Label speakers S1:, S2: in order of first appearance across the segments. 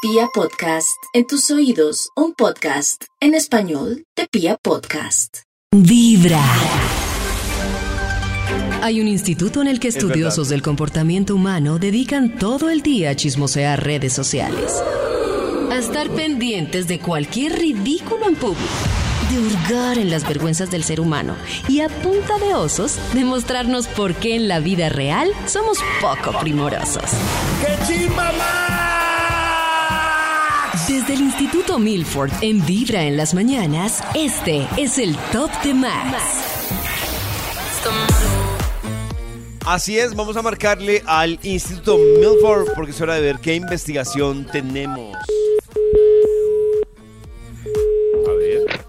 S1: Pia Podcast, en tus oídos, un podcast en español de Pia Podcast.
S2: Vibra. Hay un instituto en el que estudiosos
S3: verdad.
S2: del comportamiento humano dedican todo el día a chismosear redes sociales, a estar pendientes de cualquier ridículo en público, de hurgar en las vergüenzas del ser humano y a punta de osos demostrarnos por qué en la vida real somos poco primorosos.
S3: ¡Qué chimba
S2: Desde el Instituto Milford en Vibra en las mañanas, este es el Top de Max.
S3: Así es, vamos a marcarle al Instituto Milford porque es hora de ver qué investigación tenemos. A ver.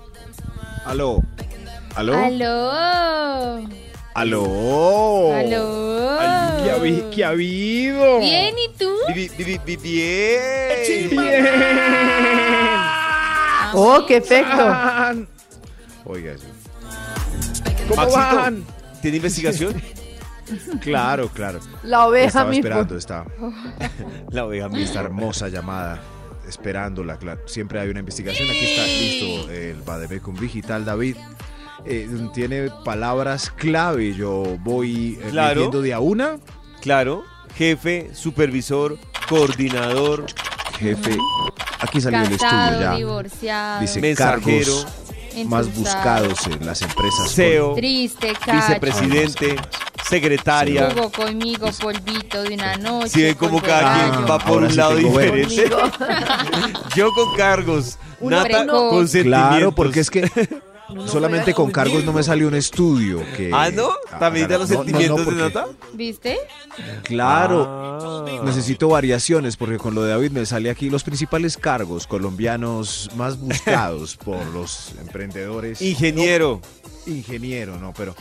S3: Aló. Aló.
S4: Aló.
S5: Oh.
S3: Aló.
S4: Aló.
S3: Ay,
S6: ¿Qué ha habido?
S4: Bien, ¿y tú?
S3: Vivi- vivi- vivi- bien.
S7: Oh, qué efecto.
S6: Van.
S3: Oiga, sí.
S6: ¿Cómo
S3: Maxito,
S6: van?
S3: ¿Tiene investigación? claro, claro.
S7: La
S5: La
S7: oveja
S5: estaba
S7: mi
S5: esperando esta,
S3: La oveja
S5: esta
S3: mixta.
S5: hermosa llamada, esperándola. Claro. Siempre hay una investigación. Aquí está listo el Bademecum Digital, David. Eh, tiene palabras clave. Yo voy eh,
S3: Claro.
S5: metiendo de a una.
S3: Claro. Jefe, supervisor, coordinador,
S5: Jefe, aquí salió el estudio
S4: Casado,
S5: ya.
S4: divorciado.
S5: Dice
S3: Mensajero. E
S5: cargos más
S4: entusado,
S5: buscados en las empresas.
S3: CEO,
S4: Triste, cacho.
S3: vicepresidente, secretaria.
S4: Jugó conmigo polvito de una noche.
S3: Si ven como
S4: polvo
S3: cada
S4: de-
S5: Ah,
S3: quien va por
S5: ahora
S3: un
S5: sí
S3: lado
S5: tengo verbo.
S3: diferente. Yo con cargos,
S4: Uno
S3: Nata
S4: precoz.
S3: con sentimientos.
S5: Claro, porque es que solamente con cargos no me salió un estudio. Que,
S3: Ah, ¿no? ¿También te
S5: da
S3: los sentimientos de Nata?
S4: ¿Viste?
S5: Claro.
S3: Ah.
S5: Necesito variaciones porque con lo de David me sale aquí los principales cargos colombianos más buscados por los emprendedores.
S3: Ingeniero.
S5: No, ingeniero, no, pero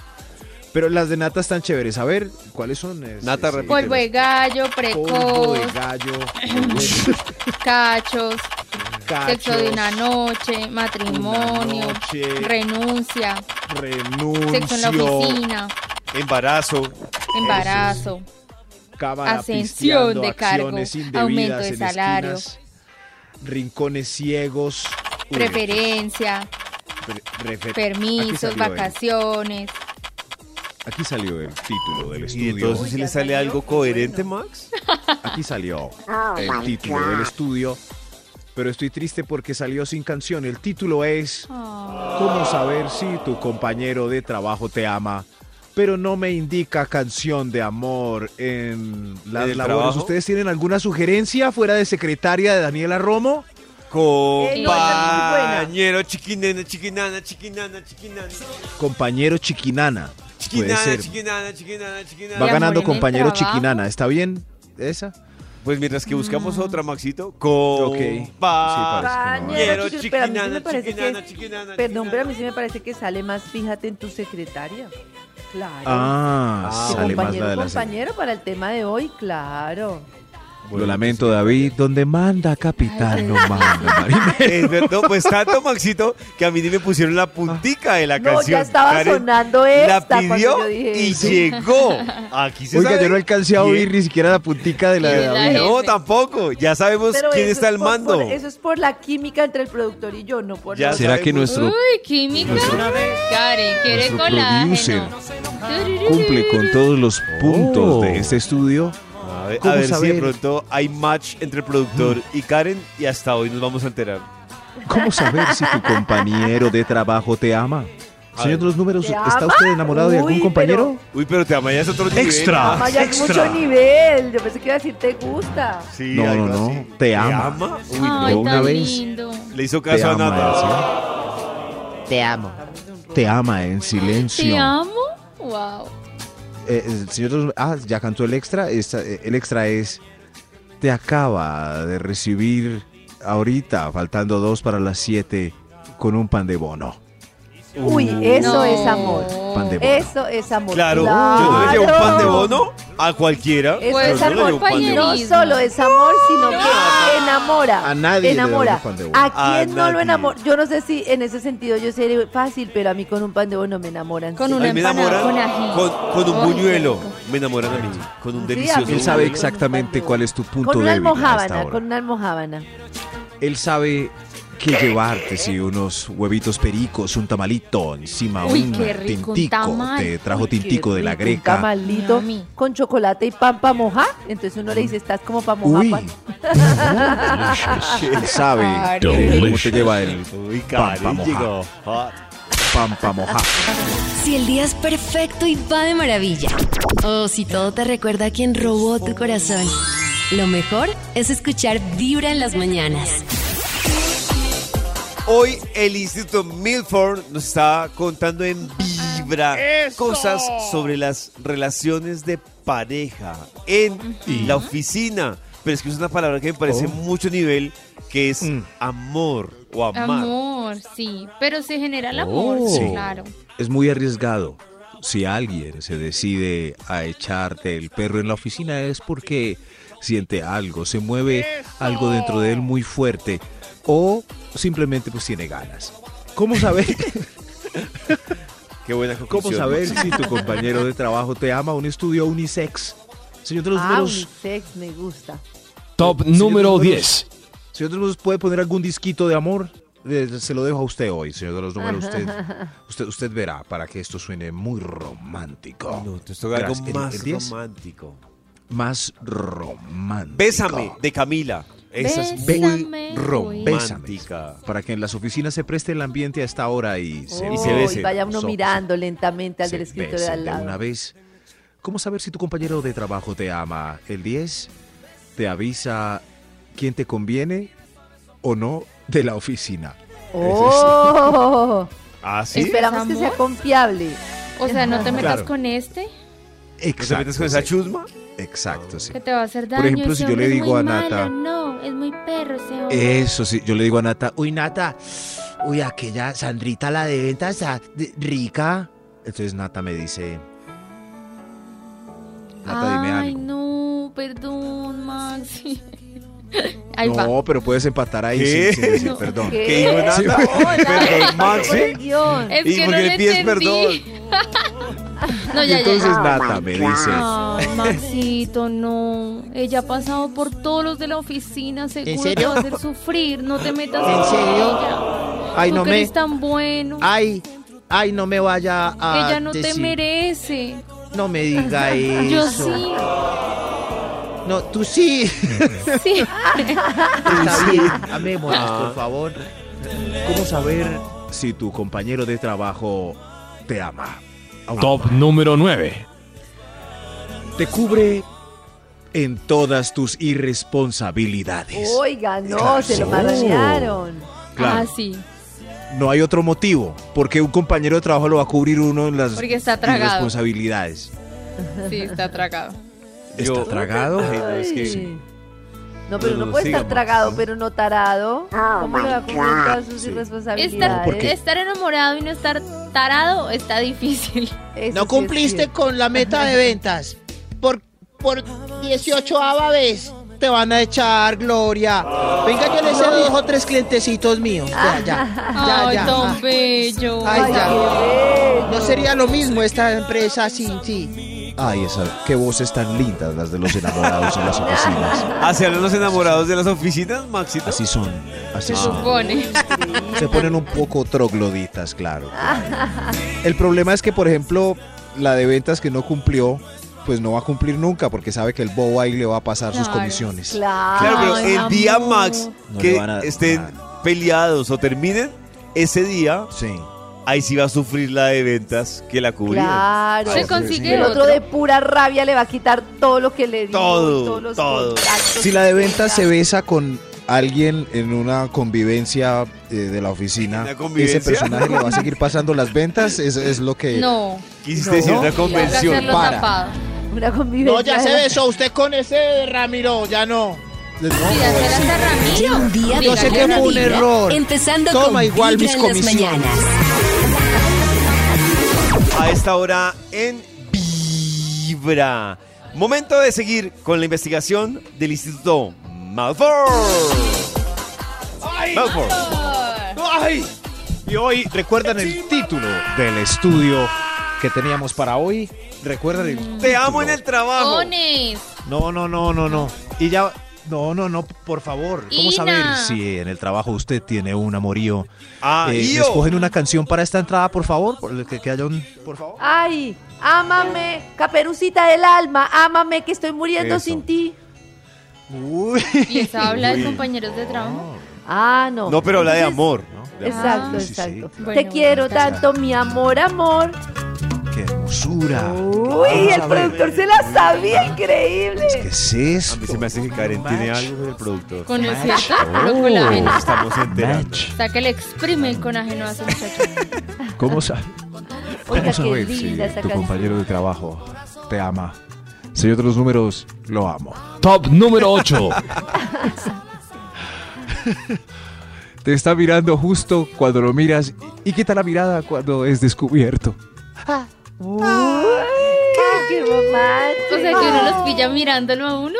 S5: pero las de Nata están chéveres. A ver, ¿cuáles son? Es-
S3: Nata,
S5: es-
S3: repite.
S4: Polvo de gallo,
S5: Polvo
S4: precoz,
S5: de gallo, polvo
S4: cachos,
S5: de cachos,
S4: sexo de una noche, matrimonio,
S5: una noche,
S4: renuncia,
S5: renuncio,
S4: sexo en la oficina,
S3: Embarazo.
S4: embarazo.
S5: cámara
S4: Ascensión
S5: pisteando,
S4: de cargo,
S5: acciones indebidas
S4: aumento de
S5: en
S4: salario.
S5: esquinas, rincones ciegos, uy,
S4: Preferencia,
S5: pre- prefer- aquí
S4: permisos,
S5: salió él.
S4: vacaciones.
S5: Aquí salió el título del
S3: Y
S5: estudio.
S3: entonces si le sale algo coherente, Max.
S7: Eh,
S5: Aquí salió
S3: Oh
S5: el título del estudio. Pero estoy triste porque salió sin canción. El título es
S4: Ah.
S5: ¿Cómo saber si tu compañero de trabajo te ama? Pero no me indica canción de amor en las
S3: ¿En el
S5: labores.
S3: trabajo?
S5: ¿Ustedes tienen alguna sugerencia fuera de secretaria de Daniela Romo?
S3: Compañero, chiquinena, chiquinana, chiquinana, chiquinana.
S5: Compañero Chiquinana. Puede
S3: Chiquinana,
S5: ser.
S3: chiquinana, chiquinana, chiquinana.
S5: Va
S4: ¿De amor
S5: ganando
S4: en el
S5: compañero
S4: trabajo?
S5: Chiquinana. ¿Está bien esa?
S3: Pues mientras que
S7: Mm.
S3: buscamos otra, Maxito.
S5: Ok.
S3: Compañero,
S5: Sí, parece.
S3: chiquinana,
S7: Compañero, chicos, pero a mí sí me parece que
S3: chiquinana,
S7: es-
S3: chiquinana,
S7: Perdón, pero a mí
S3: chiquinana.
S7: sí me parece que sale más, fíjate en tu secretaria. Claro.
S5: Ah,
S3: Ah,
S7: Tu
S5: sale más
S7: compañero,
S5: la de la
S7: compañero para el tema de hoy, claro.
S5: Lo lamento, David. Donde manda capital, no manda. Marina.
S3: Es ver- no, pues tanto, Maxito, que a mí ni me pusieron la puntica de la
S7: No,
S3: canción.
S7: ya estaba
S3: Karen
S7: sonando
S3: La
S7: esta
S3: pidió
S7: cuando yo dije
S3: y
S7: eso.
S3: llegó. Aquí se
S5: Oiga,
S3: sabe
S5: yo no alcancé a
S3: quién-
S5: oír ni siquiera la puntica de la de
S4: Sí, la
S5: David.
S3: No,
S4: Jefe.
S3: tampoco. Ya sabemos
S7: Pero
S3: quién
S7: eso
S3: está
S7: es
S3: al
S7: por-
S3: mando.
S7: por- eso es por la química entre el productor y yo, no por
S3: Ya
S7: la-
S3: sé.
S6: ¿Será que
S3: sabemos.
S6: nuestro
S4: Uy, química. Karen, quiere
S5: nuestro
S4: colágeno.
S5: Cumple con todos los puntos de este estudio.
S3: A ver,
S5: ¿Cómo
S3: a ver si de
S5: saber?
S3: pronto hay match entre el productor y Karen y hasta hoy nos vamos a enterar.
S5: ¿Cómo saber si tu compañero de trabajo te ama?
S3: A
S5: Señor
S3: ver.
S5: de los números,
S7: ¿Te
S5: ¿está
S7: ama?
S5: usted enamorado de algún
S7: Uy,
S5: compañero?
S3: Uy, pero te amayas otro nivel.
S5: Extra.
S7: Mamá, ya hay mucho nivel. Yo pensé que iba a decir te gusta.
S3: Sí,
S5: No,
S3: algo
S5: no, no.
S3: así.
S5: Te ama.
S3: Uy, no.
S4: Ay,
S5: Una
S4: tan
S5: vez.
S4: lindo.
S3: Le hizo
S5: Te
S3: caso a Nata.
S5: ama, en silencio. te ama en
S4: ¿Te
S5: silencio.
S4: amo? Wow.
S5: Eh, el señor de los- ah, ya cantó el extra. esta- eh, el extra es, te acaba de recibir ahorita, faltando dos para las siete, con un pan de bono.
S7: Uy,
S3: Uh.
S7: eso es amor.
S5: Pan
S4: Eh,
S5: de bono.
S7: Eso es amor.
S3: Claro, yo no le llevo un pan de bono a cualquiera.
S7: Eso
S3: Yo
S7: es
S3: no le
S7: amor,
S3: llevo un pan de bono.
S7: No solo es amor, sino que enamora.
S5: A nadie le
S7: Enamora.
S5: damos un pan de bono.
S7: ¿A quién
S3: A
S7: no lo
S3: nadie.
S7: enamora? Yo no sé si en ese sentido yo seré fácil, pero a mí con un pan de bono me enamoran.
S4: Con
S7: sí.
S4: una
S3: Ay, me enamoran
S4: empanada con ají.
S3: con, con un
S4: Ay,
S3: buñuelo.
S4: qué rico.
S3: Me enamoran a mí. Con un
S7: Sí, a mí
S3: delicioso
S7: también.
S5: Él sabe
S3: buñuelo.
S7: exacto.
S5: exactamente cuál es tu punto
S7: Con una
S5: débil a esta
S7: almohábana,
S5: hora.
S7: con una almohábana.
S5: Él sabe qué llevarte, si unos huevitos pericos, un tamalito, encima
S4: Uy,
S5: un
S4: qué rico, un
S5: tintico,
S4: tamal.
S5: te trajo
S7: Uy, qué
S5: tintico de la
S7: rico, un
S5: greca.
S7: tamalito
S4: Yummy.
S7: con chocolate y pan para mojar. Entonces uno le dice, estás como para mojar.
S5: Uy.
S7: Juan".
S4: Ah,
S5: Él sabe cómo te lleva el pan pa' mojar. Pan pa' mojar.
S2: Si el día es perfecto y va de maravilla. O si todo te recuerda a quien robó tu corazón. Lo mejor es escuchar Vibra en las mañanas.
S3: Hoy el Instituto Milford nos está contando en vibra
S6: ¡Eso!
S3: cosas sobre las relaciones de pareja en la oficina. Pero es que es una palabra que me
S5: Oh.
S3: parece mucho nivel, que es
S5: Mm.
S3: amor o amar.
S4: Amor, sí. Pero se genera el amor,
S5: Oh.
S4: sí,
S5: Sí.
S4: claro.
S5: Es muy arriesgado. Si alguien se decide a echarte el perro en la oficina es porque siente algo, se mueve algo dentro de él muy fuerte o simplemente pues tiene ganas. ¿Cómo saber,
S3: Qué buena
S5: cómo
S3: conclusión.
S5: saber si tu compañero de trabajo te ama? Un estudio unisex. Señor de los
S7: Ah,
S5: números,
S7: unisex, me gusta.
S8: Top
S5: Señor
S8: número
S5: número
S8: 10.
S5: Señor de los números, ¿puede poner algún disquito de amor? Eh, Se lo dejo a usted hoy, señor de los números. Usted, usted, usted verá para que esto suene muy romántico.
S3: No, te toca algo
S5: Gracias. El-
S3: más
S5: el 10,
S3: romántico.
S5: Más romántico.
S3: Bésame, de Camila. Esa es
S5: Be-
S4: Bésame,
S5: rom-
S4: uy.
S5: bésame.
S3: romántica.
S5: Para que en las oficinas se preste el ambiente a esta hora y se,
S7: Oh,
S3: y se besen.
S7: vaya uno
S5: Los ojos
S7: mirando lentamente al
S5: se
S7: del escritorio de
S5: besen
S7: al lado.
S5: una vez. ¿Cómo saber si tu compañero de trabajo te ama? El 10 te avisa quién te conviene o no de la oficina.
S7: ¡Oh!
S3: Ah, sí.
S7: Esperamos que
S4: ¿Amor?
S7: sea confiable.
S4: O sea, no te metas
S5: Claro.
S4: con este
S3: ¿No te
S5: Exacto.
S3: metes con esa
S5: sí.
S3: chusma?
S5: Exacto, sí.
S4: que te va a hacer daño.
S5: ejemplo, si
S4: ese
S5: yo le
S4: hombre es
S5: digo
S4: muy
S5: a Nata- Eh,
S4: malo, No, es muy perro ese hombre.
S5: Eso sí, yo le digo a Nata, uy Nata, uy aquella Sandrita la de ventas está de- rica. Entonces Nata me dice, Nata dime
S4: Ay,
S5: algo.
S4: no, perdón, Maxi. Ahí
S5: no,
S4: va.
S5: pero puedes empatar ahí
S3: ¿Qué?
S5: sin, sin decir
S4: No.
S5: perdón.
S7: ¿Qué?
S3: ¿Qué dijo Nata? Perdón, Maxi.
S7: El guión.
S4: Es
S3: Y
S4: que no
S3: porque
S4: le
S3: le pides
S4: entendí.
S3: perdón.
S4: No,
S5: Y
S4: ya, ya,
S5: entonces
S4: ya.
S5: Nata me dice,
S4: Ay, Ah, Maxito, no. Ella ha pasado por todos los de la oficina, seguro te va a hacer sufrir. No te metas en serio.
S9: Ay,
S4: Tú
S9: no
S4: que
S9: me-
S4: eres tan bueno.
S9: Ay, ay, no me vaya a
S4: Ella no te
S9: decir-
S4: merece.
S9: No me diga eso.
S4: Yo sí,
S9: No, tú sí.
S4: sí.
S9: Está bien. Amémonos,
S3: Ah.
S9: por favor.
S5: ¿cómo saber si tu compañero de trabajo te ama? Aún
S8: Top número 9.
S5: Te cubre en todas tus irresponsabilidades.
S7: Oiga, no,
S5: Claro.
S7: se lo marañaron.
S4: Ah,
S5: Claro.
S4: sí.
S5: No hay otro motivo, porque un compañero de trabajo lo va a cubrir uno en las
S4: Porque está tragado.
S5: irresponsabilidades.
S4: Sí, está atragado.
S5: Está
S3: Yo-
S5: tragado.
S3: Ay, no, es que-
S7: Ay. No, pero
S3: No,
S7: uno
S3: no,
S7: puede
S3: sigamos.
S7: estar tragado, pero no tarado. ¿Cómo le va a cumplir todas sus
S5: Sí.
S4: Estar,
S7: irresponsabilidades?
S5: porque-
S4: estar enamorado y no estar tarado está difícil.
S7: Eso sí
S9: No
S7: es
S9: cumpliste
S7: cierto.
S9: con la meta de ventas. Por, por 18 aves te van a echar, Gloria. Venga, yo les cedo dos o tres clientecitos míos. Ya, ya, ya,
S4: Ah. Ay,
S9: ya.
S4: tan bello.
S9: Ay, ya.
S7: qué bello.
S9: No sería lo mismo esta empresa sin ti.
S5: Ay, esa, qué voces tan lindas las de los enamorados en las oficinas.
S3: Hacia los enamorados de las oficinas, Maxito.
S5: Así son, así
S4: Se
S5: son.
S4: supone.
S5: Se ponen un poco trogloditas, claro. El problema es que, por ejemplo, la de ventas que no cumplió, pues no va a cumplir nunca porque sabe que el bobo ahí le va a pasar sus
S4: Claro.
S5: comisiones.
S3: Claro,
S7: Claro.
S3: pero
S4: Ay,
S3: el
S4: amor.
S3: día Max
S5: No
S3: que
S5: le van a-
S3: estén peleados o terminen, ese día
S5: Sí.
S3: ahí sí va a sufrir la de ventas que la cubría.
S7: Claro.
S4: Se
S5: sí,
S4: consigue
S5: sí.
S7: El otro
S4: otro.
S7: de pura rabia le va a quitar todo lo que le dio.
S3: Todo,
S7: todos los
S3: todo.
S7: contactos.
S5: Si la de ventas se besa con alguien en una convivencia eh, de la oficina,
S3: ¿Una
S5: ese
S3: convivencia?
S5: personaje le va a seguir pasando las ventas, es, es lo que...
S4: No,
S3: Quisiste decir
S5: No.
S3: una
S4: hay que
S3: convención.
S4: hacerlo
S5: para.
S4: tapado.
S7: Una convivencia.
S9: No, ya se besó usted con ese Ramiro, ya no.
S5: No,
S4: Y
S5: no,
S4: hacer
S5: sí.
S4: hasta
S2: Lleva
S4: Ramiro.
S2: un día de
S9: Yo sé que
S2: galana
S9: fue un
S2: vibra,
S9: error.
S2: Empezando
S9: Toma
S2: con
S9: igual
S2: Vibra
S9: mis
S2: en las
S9: comisiones.
S2: mañanas.
S3: A esta hora en Vibra. Momento de seguir con la investigación del Instituto Malfour.
S6: ¡Ay!
S3: Malfour.
S6: ¡Ay!
S5: Y hoy recuerdan el título del estudio que teníamos para hoy. Recuerdan el
S3: Te amo en el trabajo.
S4: Cones.
S5: No, no, no, no, no. Y ya No, no, no, por favor. ¿Cómo
S4: Ina.
S5: saber si en el trabajo usted tiene un amorío?
S3: Ah,
S5: Eh,
S3: Io.
S5: escogen una canción para esta entrada, por favor. Por el que, que haya un. Por favor.
S7: Ay, ámame, caperucita del alma, ámame que estoy muriendo
S3: Eso.
S7: sin ti.
S5: Uy.
S4: Y esa habla de
S3: Uy.
S4: compañeros de trabajo.
S7: Ah, no.
S3: No, pero habla de
S7: Entonces,
S3: amor. ¿no? De amor.
S7: Exacto,
S5: Ah, Sí, sí, sí,
S7: exacto.
S5: claro.
S7: Te
S4: Bueno,
S7: quiero
S4: está bien.
S7: tanto, mi amor, amor.
S5: ¡Qué hermosura!
S7: Uy, el productor se la sabía, increíble.
S5: ¿Qué es esto?
S3: A mí se me hace que Karen tiene algo del productor.
S4: Con el cierto
S5: Oh.
S4: colágeno.
S3: Estamos enterando.
S5: Match.
S4: Hasta que le exprime el colágeno a su muchacho.
S5: ¿Cómo sa-
S7: Oiga,
S5: Vamos a
S7: qué
S5: ver si
S7: linda esa
S5: tu
S7: canción.
S5: compañero de trabajo te ama. Señor de los números, lo amo.
S8: Top número 8.
S5: Te está mirando justo cuando lo miras y quita la mirada cuando es descubierto.
S7: Ay, qué romántico.
S4: O sea, que uno los pilla mirándolo a uno.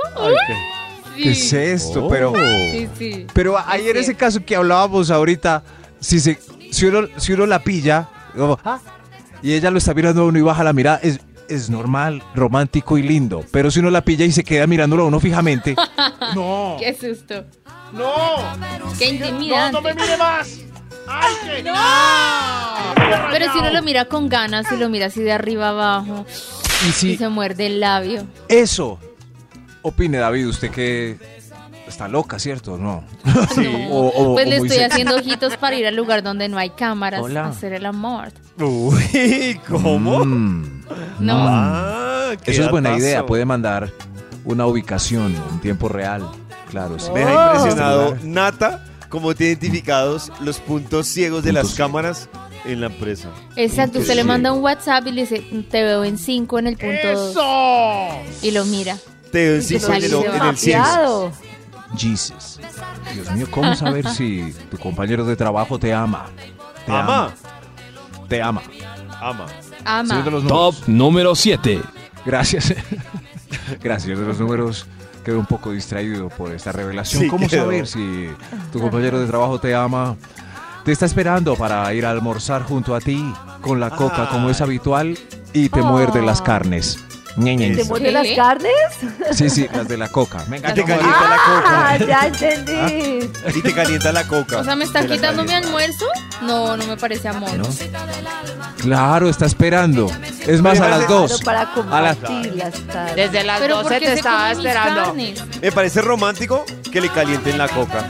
S5: ¿Qué es esto? Pero,
S4: Sí, sí.
S5: pero ahí en ese caso que hablábamos ahorita, si, se, si, uno, si uno la pilla como, "Ah", y ella lo está mirando a uno y baja la mirada, es, es normal, romántico y lindo. Pero si uno la pilla y se queda mirándolo a uno fijamente, no.
S4: Qué susto.
S6: ¡No!
S4: Qué
S6: ¡No,
S4: intimidante.
S6: no me mire más! ¡Ay, qué! ¡No!
S4: Pero si uno lo mira con ganas y lo mira así de arriba abajo
S5: Y
S4: y
S5: si
S4: se muerde el labio.
S5: Eso. Opine, David, usted que está loca, ¿cierto? No.
S4: No.
S5: O- o-
S4: pues
S5: o
S4: le
S5: muy
S4: estoy
S5: sexy.
S4: haciendo ojitos para ir al lugar donde no hay cámaras
S5: Hola.
S4: a hacer el amor.
S3: Uy, ¿cómo?
S5: Mm.
S4: No.
S3: Ah, qué
S5: Eso es buena
S3: datazo.
S5: idea. Puede mandar una ubicación en tiempo real. Claro, sí.
S3: Me deja
S4: Oh.
S5: Ah.
S3: impresionado Nata cómo tiene identificados los puntos ciegos de las
S5: Puntos
S3: cámaras en la empresa.
S4: Exacto, usted le manda un WhatsApp y le dice, te veo en 5 en el punto 2.
S6: ¡Eso!
S4: Y lo mira.
S3: Te doy un
S4: Sí,
S7: Que
S4: sí,
S3: cinco en el,
S4: sí,
S7: salió
S3: en el
S4: sí.
S3: ciego.
S7: mapeado.
S5: Jesus. Dios mío, ¿cómo saber si tu compañero de trabajo te ama? Te
S3: Ama,
S5: Te ama.
S3: ama.
S4: Ama.
S5: Señor de los
S8: Top
S5: números.
S8: número 7.
S5: Gracias. Gracias, señor de los números. Quedo un poco distraído por esta revelación.
S3: Sí,
S5: ¿Cómo
S3: quedó.
S5: saber si tu compañero de trabajo te ama? Te está esperando para ir a almorzar junto a ti con la coca como
S3: Ah.
S5: es habitual y te muerde
S4: Oh.
S5: las carnes. Ñe, Ñe,
S7: ¿Te
S5: Ñe.
S7: muerde
S4: ¿Qué?
S7: las carnes?
S5: Sí, sí, las de la coca. Venga,
S3: Te
S5: yo-
S3: calienta
S7: Ah,
S3: la coca.
S7: ya entendí.
S5: Ah,
S3: Y te calienta la coca.
S4: O sea, ¿me está
S3: Te la
S4: quitando mi
S3: calienta.
S4: almuerzo? No, no me parece amor.
S5: ¿no? Claro, está esperando. Es más, pues a las
S7: Claro,
S5: dos.
S7: para
S5: las-
S7: compartir las carnes.
S6: Desde las
S4: Pero ¿por
S6: 12
S4: qué
S6: te
S4: se
S6: estaba
S4: comen mis
S6: esperando.
S4: carnes?
S3: Me parece romántico que le calienten la coca.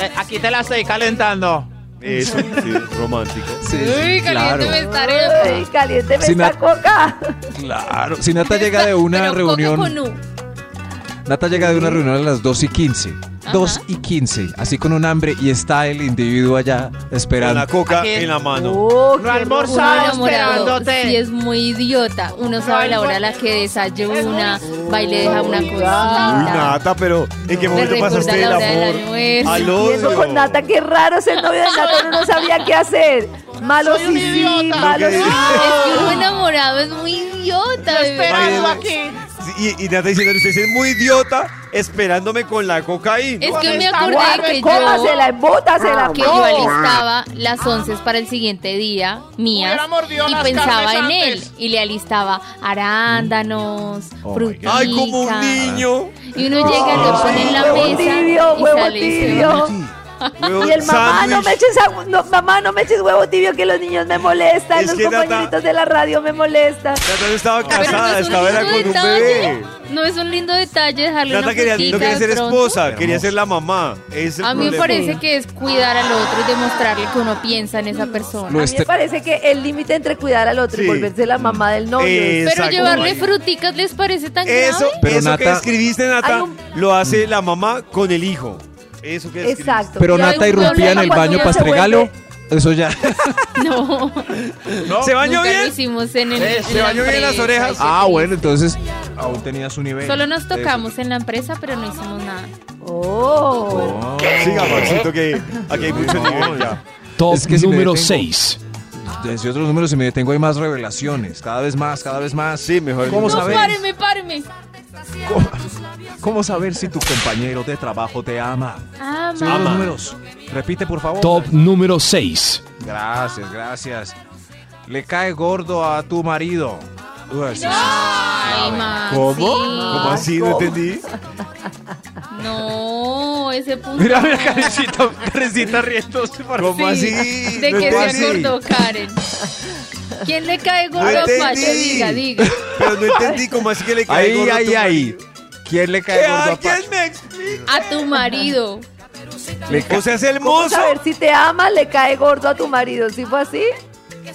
S6: Eh, Aquí te la estoy calentando.
S3: Eso, sí, romántico.
S5: Sí, sí,
S4: Uy, caliente
S5: claro.
S4: me estaré.
S7: Ay, caliénteme
S5: Sin
S7: esta
S5: a-
S7: coca.
S5: Claro. Si Nata llega de una
S4: Pero coca
S5: reunión.
S4: con U.
S5: Nata llega de una reunión a las 2 y 15. 2 y 15, así con un hambre y está el individuo allá
S3: Con la
S5: esperando.
S3: coca
S4: Ah,
S6: Aquí.
S3: en la mano.
S7: Oh,
S6: No
S7: qué
S4: Uno
S6: almorzaba. Estaba
S4: enamorado
S6: esperándote.
S4: sí es muy idiota. Uno sabe la hora a la que desayuna, va y le deja una
S3: Uy,
S4: cosita.
S3: Nata, pero ¿en qué
S4: Le
S3: momento
S4: recuerda
S3: pasaste
S4: la
S3: del
S4: hora del
S3: amor
S4: almuerzo.
S3: al
S7: Y eso
S3: odio?
S7: con Nata, qué raro ese novio de Nata, uno no sabía qué hacer. Malo
S6: Soy un
S7: sí, sí,
S6: idiota.
S7: malo sí.
S4: Es que uno enamorado es muy idiota. bebé.
S6: Esperando
S3: Ay,
S6: aquí.
S3: Sí, y, y Nata diciendo, usted es muy idiota esperándome con la coca ahí.
S4: Es
S3: No,
S4: que me
S6: Está
S4: acordé
S6: guarro,
S4: que yo, Ah,
S7: Cómasela, embótasela.
S4: que yo alistaba las once para el siguiente día, mías,
S6: Hubiera mordido
S4: y
S6: las
S4: pensaba en
S6: carnes
S4: él.
S6: antes.
S4: Y le alistaba arándanos,
S3: Mm.
S5: Oh my God.
S4: fruticas.
S3: Ay, como un niño.
S4: Y uno llega, lo pone en la
S7: Huevo
S4: mesa
S7: tibio,
S4: y
S7: huevo
S4: sale y se va.
S7: tibio.
S3: Huevo,
S7: Y el mamá, no
S3: sándwich.
S7: me, eches, agu- no, mamá, no me eches huevo tibio que los niños me molestan,
S3: Es
S7: los
S3: que Nata-
S7: compañeritos de la radio me molestan.
S3: Nata no estaba
S4: Pero no
S3: casada,
S4: es un
S3: estaba era
S4: lindo
S3: con un
S4: detalle,
S3: bebé.
S4: No es un lindo detalle dejarle
S3: Nata
S4: una
S3: quería,
S4: frutica
S3: no quería
S4: de
S3: ser
S4: pronto.
S3: esposa, quería ser la mamá. Es el
S4: A mí me
S3: problema.
S4: parece que es cuidar al otro y demostrarle que uno piensa en esa persona.
S5: Lo
S7: A mí me
S5: estre-
S7: parece que el límite entre cuidar al otro y
S3: Sí.
S7: volverse la mamá del novio es-
S4: Pero
S3: Exacto.
S4: llevarle fruticas les parece tan
S3: Eso,
S4: grave.
S5: Pero
S3: eso que
S5: Nata-
S3: escribiste, Nata,
S7: Hay un-
S3: lo hace la mamá con el hijo. Eso que escribiste.
S7: Exacto.
S5: Pero
S4: Y hay
S5: Nata
S4: un
S5: irrumpía en
S4: problema
S5: el
S7: cuando
S5: baño
S7: uno
S5: para
S7: se vuelve-
S5: regalo. Eso ya.
S4: No.
S3: ¿Se bañó
S4: nunca lo
S3: bien?
S4: hicimos en el.
S3: Eh,
S4: en
S3: se
S4: la
S3: bañó bien las
S4: empresa,
S3: orejas.
S4: ay, qué
S5: Ah,
S4: triste.
S5: bueno, entonces aún tenía su nivel.
S4: Solo nos
S5: Eso.
S4: tocamos en la empresa, pero no hicimos nada.
S7: Oh.
S5: Oh.
S3: Siga, Maxito, que aquí hay mucho nivel ya.
S8: Top
S5: Es que si me
S8: número
S5: detengo-
S8: 6.
S5: Desde otros números se me detengo, hay más revelaciones. Cada vez más, cada vez más.
S3: Sí, mejor.
S5: ¿Cómo
S4: No,
S5: saber?
S4: Pues, páreme, páreme.
S5: ¿Cómo, cómo saber si tu compañero de trabajo te ama?
S4: Ah,
S5: Señor de
S4: ma-
S5: los números, repite por favor.
S8: Top número 6.
S5: Gracias, gracias. Le cae gordo a tu marido. Uy, sí, sí, sí,
S4: Ay,
S3: Ah,
S5: grave.
S4: ma,
S3: ¿Cómo?
S4: Ah, sí.
S3: ¿Cómo así? No entendí.
S4: No, ese punto.
S5: Mira, mira,
S4: no.
S5: Karencita, Karencita riéndose. por-
S3: ¿Cómo
S4: Sí,
S3: así?
S4: ¿De
S3: No
S4: qué
S3: entendí.
S4: se acordó Karen? ¿Quién le cae gordo a
S3: entendí.
S4: Pacho? Diga, diga.
S3: Pero no entendí cómo así que le cae
S5: Ahí,
S3: gordo a
S5: ahí,
S3: tu
S5: ahí. ¿Quién le cae gordo a
S3: marido. ¿Qué?
S5: Pacho?
S3: ¿Quién me explica?
S4: A tu marido.
S5: Le ca-
S3: O sea, es
S7: ¿Cómo
S3: hermoso.
S7: saber si te ama, le cae gordo a tu marido? ¿Sí fue así?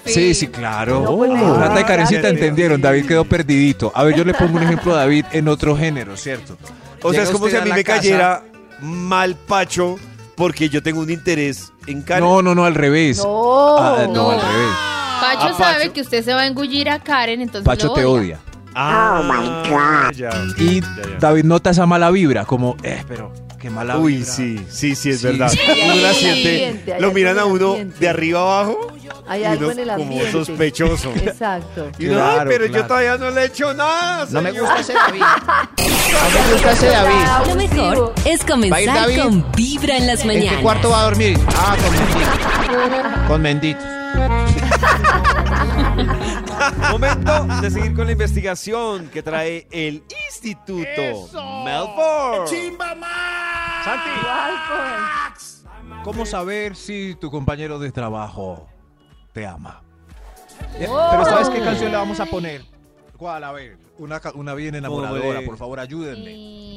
S5: Sí, sí, claro.
S7: No, pues,
S5: Oh. Nata y
S3: ah,
S5: Karencita
S3: ya, ya.
S5: entendieron. David quedó perdidito. A ver, yo le pongo un ejemplo a David en otro género, ¿cierto?
S3: O sea,
S5: Llega
S3: es como
S5: usted
S3: si a mí
S5: la
S3: me
S5: casa-
S3: cayera mal Pacho porque yo tengo un interés en Karen.
S5: No, no, no, al revés.
S7: No.
S5: Ah, no,
S4: No.
S5: al revés.
S4: Pacho
S3: a
S4: sabe
S3: Pacho.
S4: que usted se va a engullir a Karen, entonces
S5: Pacho
S4: lo
S5: te odia.
S4: odia.
S7: Oh
S3: Ah, my God.
S5: Y David nota esa mala vibra, como, eh, pero qué mala
S3: Uy,
S5: vibra.
S3: sí, sí, sí, es
S5: Sí.
S3: verdad.
S5: Sí.
S3: Uno la
S7: Sí.
S3: siente,
S7: Ambiente,
S3: lo
S7: hay
S3: miran a
S7: algo en el
S3: uno
S7: ambiente.
S3: de arriba abajo
S7: Hay
S3: y
S7: algo
S3: uno
S7: en el
S3: como
S7: ambiente.
S3: sospechoso.
S7: Exacto.
S3: Y uno,
S5: Claro,
S3: "Ay, pero
S5: claro.
S3: yo todavía no le he hecho nada.
S6: No me
S3: señor".
S6: gusta ese David. No me gusta ese David.
S2: Lo mejor es
S6: ¿Va a
S2: comenzar
S6: ir David?
S2: con Vibra en las
S6: ¿En qué
S2: mañanas.
S6: cuarto va a dormir? Ah, con menditos. Con menditos.
S3: Momento de seguir con la investigación que trae el Instituto Melbourne.
S5: Santi. ¿Cómo saber si tu compañero de trabajo te ama? Eh, Pero ¿sabes
S3: Oh.
S5: qué canción le vamos a poner? ¿Cuál? A ver, una, ca- una bien enamoradora,
S3: Ole.
S5: por favor, ayúdenme.
S4: Y-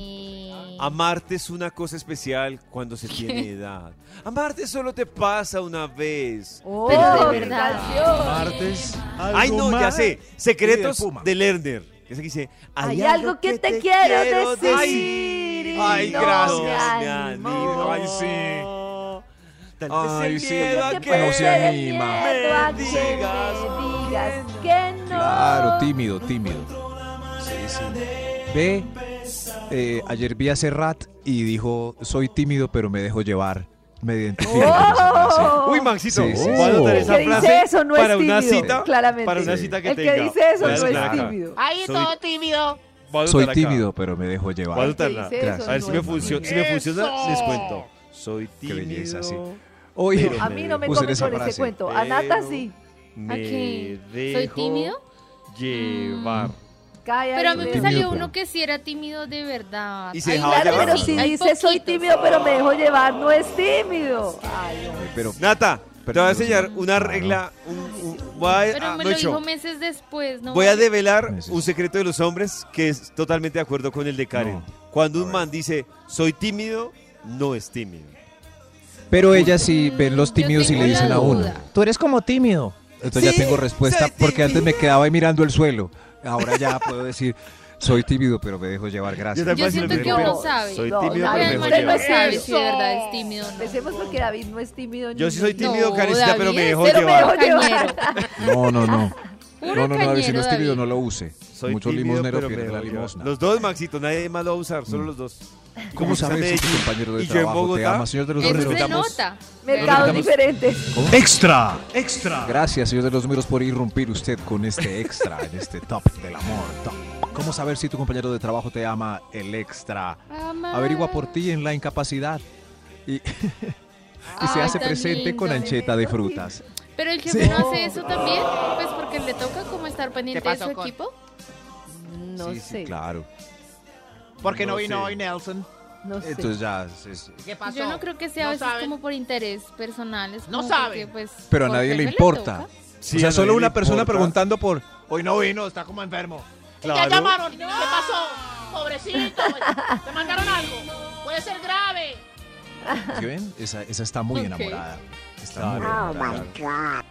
S3: Amarte es una cosa especial cuando se tiene edad. Amarte solo te pasa una vez.
S7: Oh,
S4: Pero de
S7: qué
S4: verdad.
S7: canción.
S5: Este, Martes.
S3: Ay, no, ya sé. Secretos
S5: Y del Puma.
S3: de Lerner. Ese que dice,
S7: Hay algo que te quiero decir.
S5: Ay,
S7: y no
S5: gracias.
S7: me
S3: Me
S7: animo.
S3: animo.
S5: Ay, sí.
S3: Tal vez
S5: Ay,
S3: el
S5: sí.
S3: miedo a
S7: Que
S5: No
S3: que
S5: se
S7: puede
S5: anima.
S7: miedo a
S3: Me
S7: que
S3: digas
S7: me digas que no.
S5: Claro, tímido, tímido. Sí, sí. Ve, eh, ayer vi a Serrat y dijo, soy tímido, pero me dejo llevar. Me identifico. con esa frase".
S7: Oh.
S3: Uy, Maxito,
S5: Sí, sí,
S3: voy a
S5: sí.
S3: anotar
S5: El
S3: esa
S7: que dice
S3: frase
S7: eso no es
S3: para una
S7: tímido,
S3: cita,
S7: claramente.
S3: para una
S5: Sí.
S3: cita que
S7: El
S3: tenga.
S7: que dice eso
S3: Voy a
S7: no es
S3: anotar acá.
S7: tímido.
S6: Ahí
S3: Soy- todo
S6: tímido.
S3: Voy a
S5: Soy
S3: anotar acá.
S5: tímido, pero me dejo llevar.
S3: Voy a
S7: El que
S3: anotarla.
S7: dice eso
S5: Gracias.
S3: A ver si
S7: no
S3: me,
S7: es
S3: funcio-
S7: tímido.
S3: si me funciona,
S10: ¡Eso!
S3: les cuento. Soy tímido.
S5: belleza, sí. Oye, ah,
S3: Pero-
S7: A mí no me
S5: Usen
S7: comen
S5: esa
S7: con ese
S5: frase.
S7: cuento. A Nata
S3: Pero-
S7: sí.
S3: Me
S4: qué?
S3: dejo
S4: ¿Soy tímido?
S3: Llevar.
S7: Cae
S4: Pero a
S7: ahí,
S4: mí me
S7: pero-
S5: Tímido,
S4: salió
S5: pero-
S4: uno que sí era tímido de verdad.
S3: Y se
S4: Hay
S3: dejaba
S7: Claro,
S3: llevar.
S7: pero
S4: varios,
S7: si
S4: hay
S7: dice soy
S4: poquitos.
S7: tímido, pero me dejo llevar, no es tímido. Ay, no.
S5: pero
S3: Nata, te voy
S5: Pero-
S3: a enseñar una
S5: Claro.
S3: regla. un- un- voy a,
S4: Pero
S3: ah,
S4: me
S3: no
S4: lo
S3: he hecho.
S4: dijo meses después, ¿no?
S3: Voy a develar
S5: Meses.
S3: un secreto de los hombres que es totalmente de acuerdo con el de Karen. Cuando un man dice, soy tímido, no es tímido.
S5: Pero ellas sí ven los
S4: Yo
S5: tímidos y
S4: tengo
S5: le dicen
S4: una
S5: a uno.
S4: duda.
S6: Tú eres como tímido.
S5: Entonces ya tengo respuesta porque antes me quedaba ahí mirando el suelo. Ahora ya puedo decir, soy tímido, pero me dejo llevar, gracias.
S3: también soy
S4: Yo siento que
S3: tímido,
S4: uno
S3: pero
S4: sabe.
S3: Soy
S7: No,
S3: tímido,
S7: David,
S3: pero me dejo
S4: Uno
S7: usted no
S4: no
S3: llevar.
S7: es
S4: sabe
S7: tímido.
S4: si de verdad es tímido o no.
S7: Empecemos porque David no es tímido.
S3: Yo
S7: ni-
S3: sí soy
S7: ni-
S3: tímido,
S4: No,
S3: Karencita, pero me
S4: David,
S3: dejo
S4: pero
S7: Pero me
S3: llevar.
S7: dejo llevar.
S4: Cañero.
S5: No, no, no.
S4: Puro
S5: No, no, no, David, si
S4: cañero,
S5: no es tímido,
S4: David.
S5: no lo use.
S3: Soy
S5: Mucho
S3: tímido,
S5: limosnero
S3: pero me
S5: pierde la
S3: dejo llevar.
S5: limosna. Mm.
S3: Los dos, Maxito, nadie más lo va a usar, solo los dos.
S5: ¿Cómo
S3: Como
S5: sabes si
S3: está
S5: tu
S3: Medellín
S5: compañero de
S3: y yo en
S5: trabajo te
S3: Bogotá?
S5: ama? Señor de los
S4: Eso
S5: números.
S4: se nota.
S7: Mercados
S5: Nos metamos-
S7: diferentes.
S8: Extra, extra.
S5: Gracias, señor de los números, por irrumpir usted con este extra en este top del amor. Top. ¿Cómo saber si tu compañero de trabajo te ama? El extra.
S4: Amar.
S5: Averigua por ti en la incapacidad. Y, y
S4: Ay,
S5: se hace
S4: tan
S5: presente con
S4: lindo.
S5: ancheta de frutas.
S4: Pero el jefe no hace eso también, pues porque le toca como estar pendiente
S6: ¿Qué
S4: de
S6: pasó
S4: su
S6: con-
S4: equipo.
S7: No
S5: sí,
S7: sé.
S5: sí, claro.
S6: Porque no,
S3: No
S6: vino
S3: sé.
S6: hoy Nelson.
S7: No sé.
S5: Entonces ya, es-
S6: ¿Qué pasó?
S4: Pues Yo no creo que sea
S6: No
S4: a veces
S6: sabe.
S4: como por interés personales.
S6: No sabe.
S4: Pues,
S5: pero a
S4: por
S5: nadie le
S4: jefe
S5: importa.
S4: toca.
S3: Sí,
S5: o sea,
S3: a
S5: solo
S3: nadie
S5: una
S3: le
S5: persona
S3: importa.
S5: preguntando por...
S6: Hoy no vino, está como enfermo.
S3: Claro.
S6: Ya llamaron. ¿Qué pasó? Pobrecito. Te mandaron algo. Puede ser grave.
S5: ¿Sí ven? Esa, esa está muy
S4: Ok. Oh,
S5: enamorada. Está muy enamorada.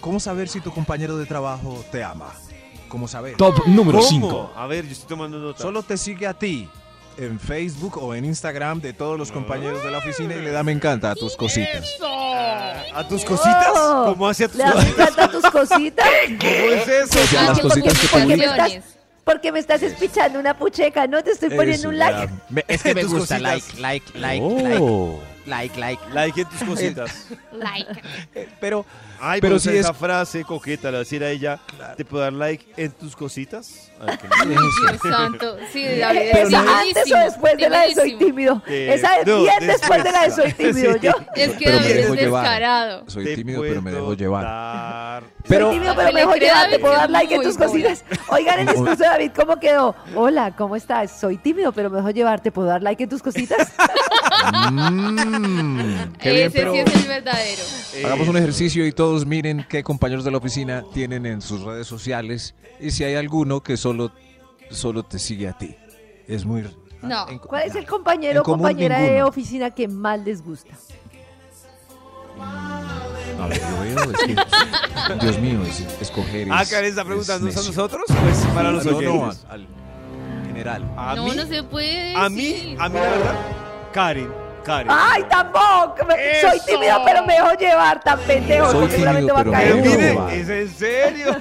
S5: ¿Cómo saber si tu compañero de trabajo te ama? ¿Cómo saber?
S8: Top número
S3: ¿Cómo?
S8: 5.
S3: A ver, yo estoy tomando nota.
S5: Solo te sigue a ti en Facebook o en Instagram de todos los compañeros de la oficina y le da me encanta a tus cositas.
S3: ¿A tus cositas?
S7: Oh.
S3: ¿Cómo hace a tus
S7: ¿Le das
S3: cositas?
S7: encanta tus cositas?
S3: ¿Cómo es eso?
S5: Ya
S4: Ah,
S5: las
S4: que
S5: cositas que
S7: ¿Por qué
S5: publica.
S7: me estás,
S4: publicaciones.
S7: porque me estás espichando una pucheca, ¿no? Te estoy
S5: Eso,
S7: poniendo un
S5: ya.
S7: like.
S6: Es que me
S3: Tus
S6: gusta.
S3: cositas.
S6: Like, like, like, like.
S8: Oh.
S3: Like, like. Like en tus cositas.
S4: Like.
S5: Pero,
S3: Ay,
S5: pero
S3: pero
S5: si
S3: si
S5: es-
S3: esa frase coqueta, la decir a ella, ¿te puedo dar like en tus cositas? Ay, qué lindo.
S4: Dios santo. Sí, David.
S7: Pero
S4: es
S7: no es- antes o después de la de soy
S4: divinísimo.
S7: tímido.
S3: Eh,
S7: Esa es
S3: no,
S7: bien después de la de soy
S3: después.
S7: tímido.
S3: Sí.
S7: Yo
S4: Es que
S5: Pero
S4: David
S5: me dejo
S4: es
S5: llevar.
S4: descarado.
S5: Soy
S3: Te
S5: tímido, pero me dejo
S3: puedo
S5: llevar.
S3: dar-
S5: Pero
S7: soy tímido, pero
S4: Aunque le
S7: mejor
S4: crea
S7: llevar, te
S4: David
S7: puedo
S4: que
S7: dar like en
S4: muy
S7: tus cositas. Oigan el
S5: Muy-
S7: discurso de David, ¿cómo quedó? Hola, ¿cómo estás? Soy tímido, pero mejor llevar, te puedo dar like en tus cositas.
S5: Mm, qué bien,
S4: Ese
S5: pero
S4: sí es el verdadero.
S5: hagamos un
S3: Eso.
S5: ejercicio y todos miren qué compañeros de la oficina tienen en sus redes sociales y si hay alguno que solo, solo te sigue a ti. Es muy...
S4: No.
S5: en-
S7: ¿Cuál es el
S5: En
S7: compañero o
S5: común,
S7: compañera de
S5: ninguno.
S7: oficina que más les gusta?
S5: A ver, yo veo, es que- Dios mío, es, escoger es-
S3: Ah, Karen está
S5: es
S3: preguntándonos a
S5: necio.
S3: nosotros, pues para los
S5: No, no,
S3: oyentes.
S5: al, al general.
S3: A
S4: No,
S3: mí,
S4: no se puede.
S3: a mí,
S4: decir.
S3: a mí, la verdad, Karen, Karen.
S7: ¡Ay, tampoco! Me- Soy
S11: ¡Eso!
S7: tímido, pero me dejo llevar, tan pendejo.
S5: Soy
S7: porque seguramente
S5: tímido,
S7: va a
S5: pero
S3: Pero
S7: caer.
S5: me dejo
S3: mire,
S5: Ay,
S3: es en serio.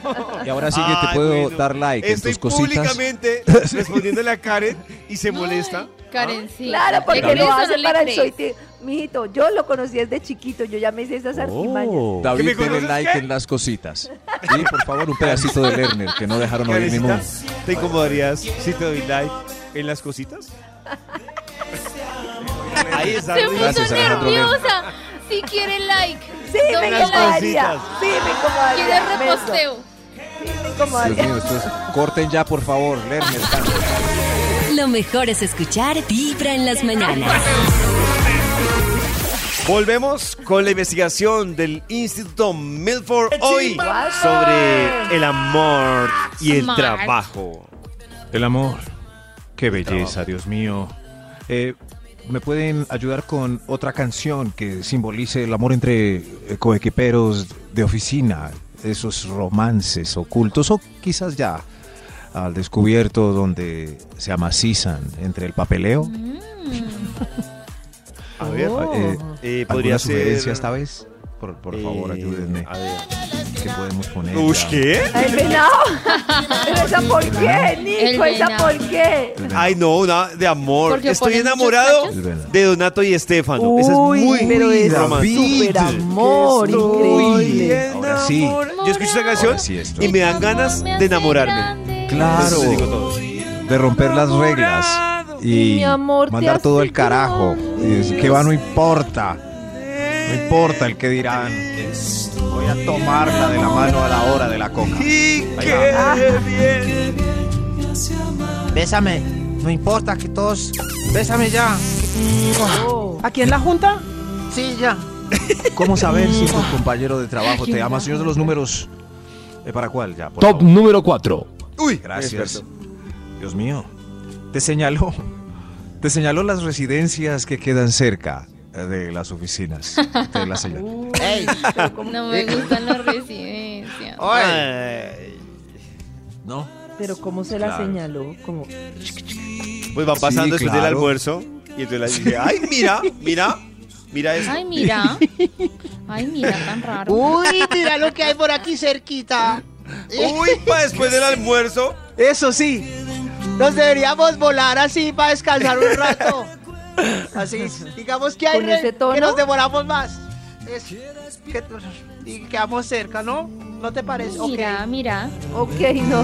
S5: Y ahora sí que te
S3: Ay,
S5: puedo
S3: bueno.
S5: dar like
S3: Estoy
S5: en tus cositas.
S3: públicamente respondiéndole a Karen y se
S4: No,
S3: molesta.
S4: Karen, sí.
S7: Claro, porque
S4: ¿Le
S7: lo
S4: crees o no
S7: hace
S4: le
S7: para el
S4: crees?
S7: soy tímido. Mijito, yo lo conocí desde chiquito, yo ya me hice esas artimañas.
S3: ¿Que me
S5: David, denle
S3: conoces
S5: like
S3: qué?
S5: en las cositas. Y por favor, un pedacito de Lerner que no dejaron oír
S3: Karencita,
S5: ningún.
S3: ¿te incomodarías si te doy like en las cositas? Ahí está.
S4: Se puso
S5: Gracias, Alejandro Lerner.
S4: nerviosa. Si quiere like.
S7: Sí, me
S4: Dame
S3: las
S4: like.
S7: incomodaría.
S3: cositas.
S7: Sí, me incomodaría.
S4: Quiere
S7: inmenso.
S4: reposteo.
S7: Sí, me
S5: Dios
S7: incomodaría.
S5: mío, esto es- Corten ya, por favor, Lerner.
S2: Lo mejor es escuchar Vibra en las mañanas.
S3: Volvemos con la investigación del Instituto Milford hoy sobre el amor y el
S4: Smart.
S3: trabajo.
S5: El amor. Qué belleza, Dios mío. Eh, ¿Me pueden ayudar con otra canción que simbolice el amor entre eh, coequiperos de oficina? Esos romances ocultos o quizás ya al descubierto donde se amacizan entre el papeleo.
S3: A ver,
S5: Oh. Eh,
S3: eh, podría
S5: ¿Alguna
S3: ser.
S5: sugerencia esta vez? Por, por favor,
S3: eh,
S5: ayúdenme.
S3: a ver.
S5: ¿Qué podemos poner?
S3: Uy,
S5: ya?
S3: ¿qué?
S7: Ay, venado. Pero esa por qué, Nico,
S4: El
S7: esa
S4: venado.
S7: por qué.
S5: El
S3: Ay, no, una de amor.
S4: Porque
S3: Estoy
S4: ponen muchos
S3: enamorado
S5: cachos. Es verdad.
S3: de Donato y Estefano. Esa es
S7: Uy,
S3: muy
S7: pero es
S3: romántica.
S7: súper amor, increíble.
S5: Ahora sí.
S3: Yo escucho esa canción
S5: Ahora sí estoy.
S3: y me dan ganas de enamorarme. Eso te digo
S5: Claro.
S3: todo.
S5: de romper las reglas
S7: Y
S5: y
S7: mi amor, te
S5: mandar
S7: hace
S5: todo el carajo. Y es que va, no importa. No importa el que dirán. Voy a tomarla de la mano a la hora de la coca.
S3: Y
S5: Ahí va.
S3: qué bien.
S9: Bésame. No importa que todos. Bésame ya. ¿Aquí en la junta? Sí, ya.
S5: ¿Cómo saber si
S7: Mm.
S5: tu compañero de trabajo te ama? Señor de los números. Eh, ¿Para cuál? Ya, por favor.
S8: número 4.
S3: Uy,
S5: Gracias.
S3: experto.
S5: Dios mío. Te señaló. Te señaló las residencias que quedan cerca eh, de las oficinas. Te las señaló.
S9: ¡Ey!
S4: No me gustan las residencias.
S5: Oh,
S3: Ay.
S5: ¿No?
S7: Pero ¿cómo se la
S5: Claro.
S7: señaló? Como,
S3: Pues van
S5: Sí,
S3: pasando después del
S5: claro.
S3: almuerzo y entonces la dice, ay, mira, mira, mira eso.
S4: Ay, mira. Ay, mira, tan raro.
S5: Uh,
S9: Uy, mira lo que hay por aquí cerquita.
S3: Uy, pa después del almuerzo.
S9: Eso sí, nos deberíamos volar así para descansar un rato. Así, digamos que hay
S7: ¿Con
S9: re-
S7: ese tono?
S9: que nos demoramos más. Es- que- y quedamos cerca, ¿no? ¿No te parece?
S4: Mira, mira.
S7: ok, no.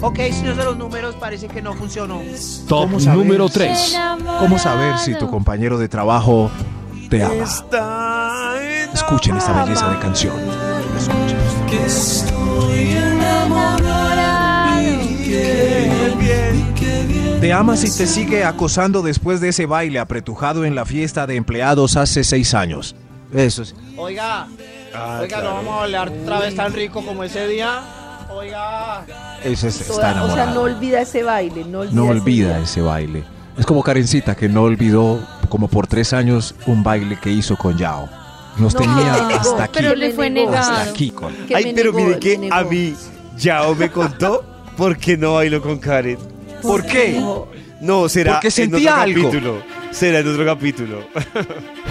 S9: Ok, ok, señor de los números, parece que no funcionó.
S8: Top
S5: ¿Cómo saber?
S8: número 3.
S5: ¿Cómo saber si tu compañero de trabajo te ama?
S3: Está en
S5: Escuchen esta belleza de canción. Escuchen. Te amas y te sigue acosando después de ese baile apretujado en la fiesta de empleados hace seis años. Eso sí.
S9: Oiga,
S6: Ah,
S9: oiga, no vamos a hablar otra vez tan rico como ese día. Oiga,
S5: Ese es- está
S7: Toda- o sea, no
S5: enamorado.
S7: olvida ese baile, no olvida.
S5: No
S7: ese
S5: olvida
S7: baile.
S5: ese baile. Es como Karencita que no olvidó como por tres años un baile que hizo con Yao. Nos
S7: No,
S5: tenía
S7: que me negó,
S5: hasta aquí.
S4: Pero
S7: que
S4: le
S7: me
S4: fue
S7: negó.
S5: Hasta
S4: Claro.
S5: aquí con
S7: Que
S3: Ay,
S7: me
S3: pero
S7: negó,
S3: mire
S7: me
S3: que
S7: negó.
S3: a mí Yao me contó por qué no bailó con Karen.
S5: ¿Por qué?
S3: No, será
S5: Porque
S3: en otro
S5: sentía algo.
S3: capítulo. Será en otro capítulo.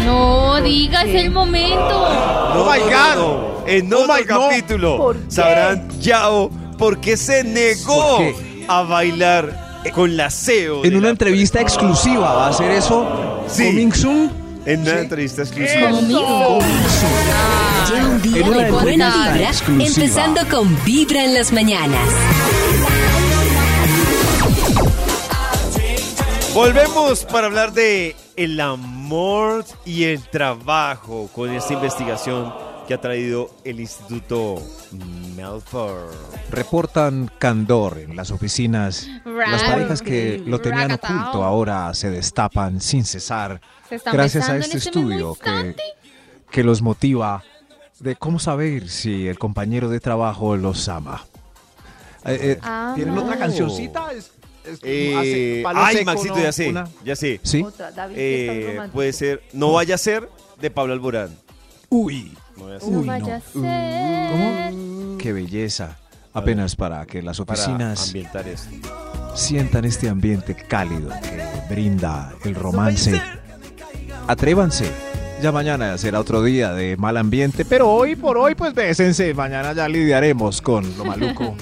S4: No, diga, es el momento.
S3: No,
S5: my
S3: no, no,
S5: God.
S3: no. Oh En
S5: Oh
S3: otro
S5: my- no.
S3: capítulo
S7: ¿Por qué?
S3: sabrán Yao por qué se negó
S5: ¿Por qué?
S3: a bailar eh, con la CEO.
S5: En
S3: de
S5: una
S3: la-
S5: entrevista exclusiva va a hacer eso.
S3: Sí.
S5: Coming soon.
S3: En una entrevista exclusiva.
S2: Lleva un día
S3: Ah, En una
S2: de buena
S3: entrevista
S2: vibra,
S3: exclusiva.
S2: empezando con Vibra en las mañanas.
S3: Volvemos para hablar de el amor y el trabajo con esta investigación que ha traído el Instituto Melford.
S5: Reportan candor en las oficinas.
S4: Ra-
S5: Las parejas que lo tenían
S4: ragatao.
S5: oculto ahora se destapan sin cesar
S4: Se están
S5: gracias a
S4: besando
S5: este
S4: en este mismo
S5: estudio que, que los motiva de cómo saber si el compañero de trabajo los ama. Eh, eh,
S4: Ah,
S5: ¿Tienen
S4: no.
S5: otra cancioncita? Es- es como hace
S3: Eh,
S5: palo
S3: ay,
S5: seco,
S3: Maxito,
S5: ¿no?
S3: ya sé,
S5: Una-
S3: ya sé.
S5: ¿Sí?
S7: Otra, David, que está
S3: Eh,
S7: romántico.
S3: puede ser No vaya a ser de Pablo Alborán.
S5: Uy.
S3: No vaya a ser.
S4: No vaya a ser.
S5: Qué belleza. Apenas para que las
S3: Para
S5: oficinas
S3: ambientar esto.
S5: sientan este ambiente cálido que brinda el romance. Atrévanse. Ya mañana será otro día de mal ambiente, pero hoy por hoy pues bésense. Mañana ya lidiaremos con lo maluco.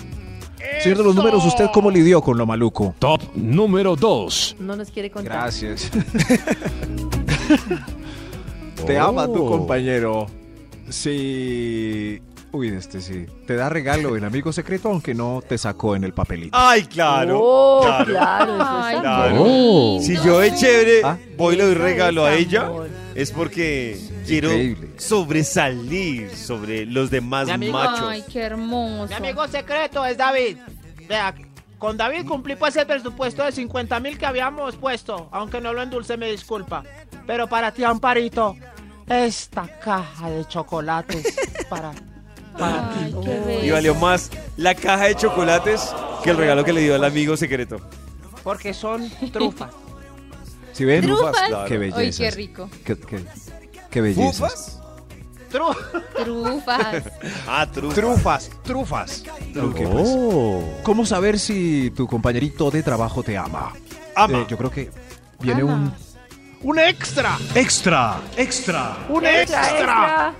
S5: Señor de los números, ¿usted cómo lidió con lo maluco? Top número 2.
S7: No nos quiere contar.
S5: Gracias. Te ama tu compañero. Sí. Uy, este sí. Te da regalo en amigo secreto, aunque no te sacó en el papelito.
S3: Ay, claro.
S7: Oh,
S3: claro.
S7: claro, eso
S4: Ay,
S7: es
S3: claro.
S7: amor.
S5: Oh.
S3: Si yo es chévere,
S5: Ah.
S3: voy y le doy
S7: Eso
S3: regalo
S7: es
S3: a ella,
S7: amor.
S3: es porque quiero
S5: Increíble.
S3: sobresalir sobre los demás
S6: Mi amigo,
S3: machos.
S4: Ay, qué hermoso.
S6: Mi amigo secreto es David. Vea, con David cumplí pues el presupuesto de 50 mil que habíamos puesto. Aunque no lo endulce, me disculpa. Pero para ti, Amparito, esta caja de chocolates para... para ti.
S4: Ay, qué
S3: Y
S4: bello.
S3: valió más la caja de chocolates que el regalo que le dio al amigo secreto.
S6: Porque son trufas.
S5: Si ven,
S4: Ah. Trufas.
S5: qué belleza.
S4: Ay, qué rico.
S5: Qué, qué, qué belleza.
S3: ¿Trufas?
S6: Trufas.
S4: Trufas.
S3: Ah, trufas.
S5: Trufas, trufas. Ok, pues. ¿Cómo saber si tu compañerito de trabajo te ama?
S3: Ama.
S5: Eh, yo creo que viene
S4: Ama.
S5: un
S6: Un extra.
S8: extra, extra,
S6: Un extra.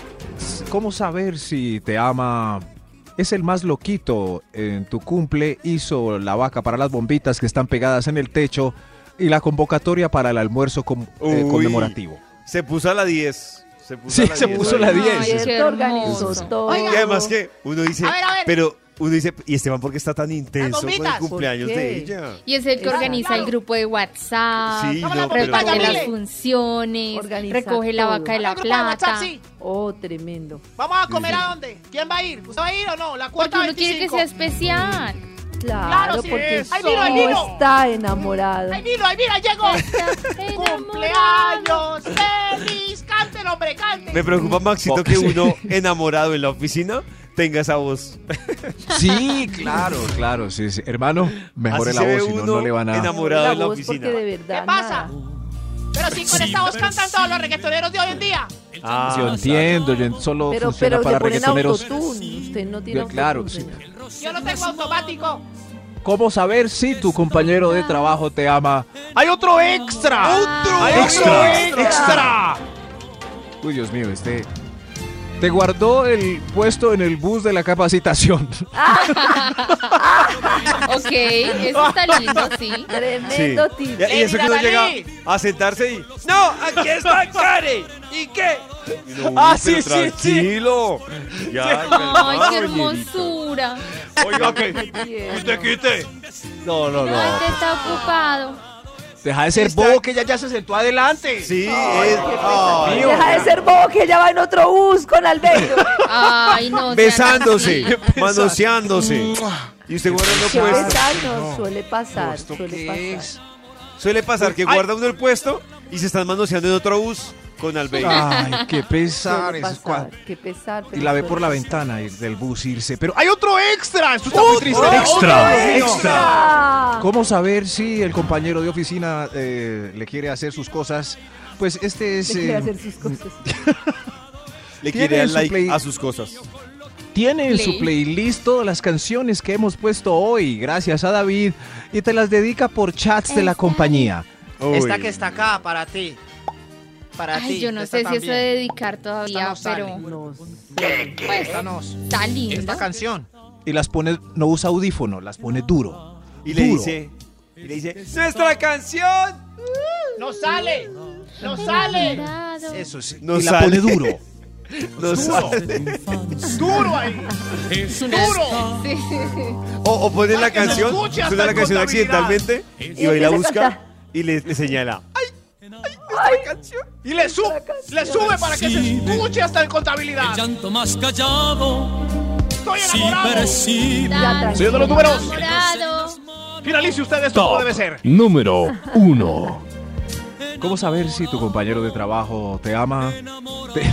S5: ¿Cómo saber si te ama? Es el más loquito. En tu cumple hizo la vaca para las bombitas que están pegadas en el techo y la convocatoria para el almuerzo com- eh,
S3: Uy.
S5: conmemorativo.
S3: Se puso a la 10. Se puso
S5: Sí,
S3: a la
S5: se
S3: 10.
S5: puso la
S4: Ay,
S5: 10.
S4: qué
S7: Cierto, organizó
S4: hermoso.
S7: todo.
S6: Oiga.
S3: Y además que uno dice,
S6: A ver, a ver.
S3: pero uno dice, ¿y Esteban por qué está tan intenso con el
S6: bombitas.
S3: cumpleaños
S7: ¿Por qué?
S3: de ella?
S4: Y es el que
S7: Exacto.
S4: organiza el grupo de WhatsApp,
S3: Sí,
S6: Vamos
S3: no,
S6: a la
S3: pero
S6: bombacha,
S4: reparte las
S6: Mile.
S4: funciones,
S7: Organiza
S4: recoge la
S7: todo.
S4: vaca de
S6: Al
S4: la
S6: grupo de WhatsApp,
S4: plata.
S6: sí.
S7: Oh, tremendo.
S6: Vamos a comer a dónde? ¿Quién va a ir? ¿Usted va a ir o no? La
S4: Porque
S6: cuota
S4: uno quiere que
S6: 25.
S4: sea especial.
S7: Claro,
S6: sí.
S7: porque
S6: Ay, mira,
S7: solo
S6: mira.
S7: está enamorado.
S6: ¡Ahí vino, ahí mira, llegó!
S4: Enamorado.
S6: ¡Cumpleaños! ¡Feliz! ¡Cántelo, hombre, cántelo!
S3: Me preocupa, Maxito,
S5: Oh,
S3: que
S5: sí.
S3: uno enamorado en la oficina tenga esa voz.
S5: Sí, claro, claro, sí, sí. Hermano, mejore
S3: Así
S5: la
S3: se ve
S5: voz, si no, no
S3: uno
S5: le van a...
S3: enamorado. Morado en la
S7: voz,
S3: oficina.
S7: Porque de verdad.
S6: ¿Qué pasa?
S7: nada.
S6: Pero si con esta voz cantan todos los reggaetoneros de hoy en día.
S3: Ah,
S5: Yo entiendo, yo en- solo
S7: Pero,
S5: funciona
S7: pero le
S5: para
S7: ponen
S5: reggaetoneros.
S7: autotune. Usted no tiene
S5: Yo- claro,
S7: autotune,
S5: sí.
S7: señor.
S6: Yo no tengo automático.
S5: ¿Cómo saber si tu compañero de trabajo te ama?
S6: ¡Hay otro extra!
S7: Ah.
S6: ¡Hay
S5: extra!
S6: otro extra!
S5: Uy, Dios mío, este... Te guardó el puesto en el bus de la capacitación.
S4: Ok, eso está lindo, sí.
S3: Sí.
S7: Tremendo
S3: Y,
S7: tipo.
S3: y eso que uno llega
S6: Dalí.
S3: a sentarse y... ¡No! ¡Aquí está Karen! ¿Y qué? Y uno, "Uy,
S5: Ah,
S3: pero
S5: sí, sí, sí.
S3: tranquilo. Ya,
S4: Ay,
S3: calmado,
S4: qué
S3: Dieguito.
S4: hermosura.
S3: Oiga, que...
S7: Tierno.
S3: quite!
S5: No, no,
S4: Ay, te está ocupado.
S5: Deja de ser bobo que ya, ya se sentó adelante.
S3: Sí, es... Ay,
S7: Deja de ser bobo que ella va en otro bus con Alberto.
S4: Ay, no. sean
S3: besándose,
S4: así.
S3: manoseándose. Y usted guarda
S7: Se
S3: el puesto.
S7: no, suele pasar, suele pasar.
S3: Suele pasar que guarda uno el puesto y se están manoseando en otro bus con Albeiro.
S5: Ay, qué pesar.
S7: Suele
S5: esos
S7: pasar,
S5: cua-
S7: qué pesar.
S5: Y
S7: pero
S5: la ve
S7: suele
S5: por la
S7: pasar.
S5: ventana ir del bus irse. Pero hay otro extra. Esto está muy triste.
S8: extra, extra.
S7: Ah,
S5: ¿Cómo saber si el compañero de oficina eh, le quiere hacer sus cosas? Pues este es.
S7: deje de
S5: eh,
S7: hacer sus cosas.
S3: Le
S5: Tiene
S3: quiere dar
S5: su
S3: like
S5: play-
S3: a sus cosas.
S5: Tiene en su
S4: Play.
S5: playlist todas las canciones que hemos puesto hoy, gracias a David, y te las dedica por chats de la
S4: Exacto.
S5: compañía.
S3: Uy.
S6: Esta que está acá, para ti. Para ti.
S4: Ay, yo no
S6: esta
S4: sé si
S6: también.
S4: eso de dedicar todavía,
S6: Esta no
S4: pero
S7: No
S4: pues
S6: Esta nos.
S4: está lindo.
S6: Esta canción.
S5: Y las pone, no usa audífono, las pone duro.
S3: Y le
S5: Duro.
S3: dice... Y le dice, ¡Nuestra canción!
S6: ¡No sale! ¡No sale!
S4: Claro.
S5: Eso sí.
S3: No
S5: y la
S3: sale.
S5: pone duro.
S3: No sale.
S6: Duro ahí. Es duro.
S4: Sí, sí, sí.
S3: O, o pone
S6: Ay,
S3: la
S6: que se
S3: canción,
S6: escuche hasta
S3: suena la
S6: en
S3: canción
S6: contabilidad.
S3: accidentalmente y va y la busca y le, le señala.
S6: Y le, sube, le sube para que se escuche hasta en contabilidad.
S8: Llanto más callado,
S6: Estoy
S8: si
S6: enamorado.
S8: percibe.
S4: Tan
S6: Señor de los números.
S4: enamorado.
S6: Finalice usted esto como debe ser.
S5: Número uno. ¿Cómo saber si tu compañero de trabajo te ama? Te,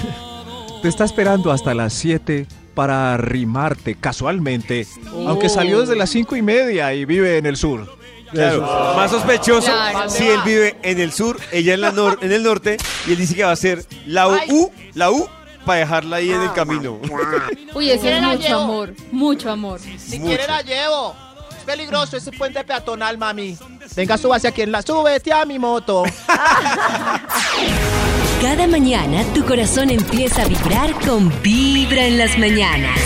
S5: te está esperando hasta las 7 para arrimarte casualmente, aunque salió desde las cinco y media y vive en el sur.
S3: Claro, más sospechoso
S4: Claro.
S3: si él vive en el sur, ella en, la nor- en el norte y él dice que va a hacer la U, la U para dejarla ahí
S6: Ah.
S3: en el camino.
S4: Uy, ese
S9: ¿Quién
S4: es
S9: la
S4: mucho
S9: llevó?
S4: amor. Mucho amor.
S9: Si
S3: Mucho.
S9: quiere la llevo. Es peligroso ese puente peatonal, mami. Venga, súbase a quien la sube, tía, mi moto.
S2: Cada mañana tu corazón empieza a vibrar con Vibra en las mañanas.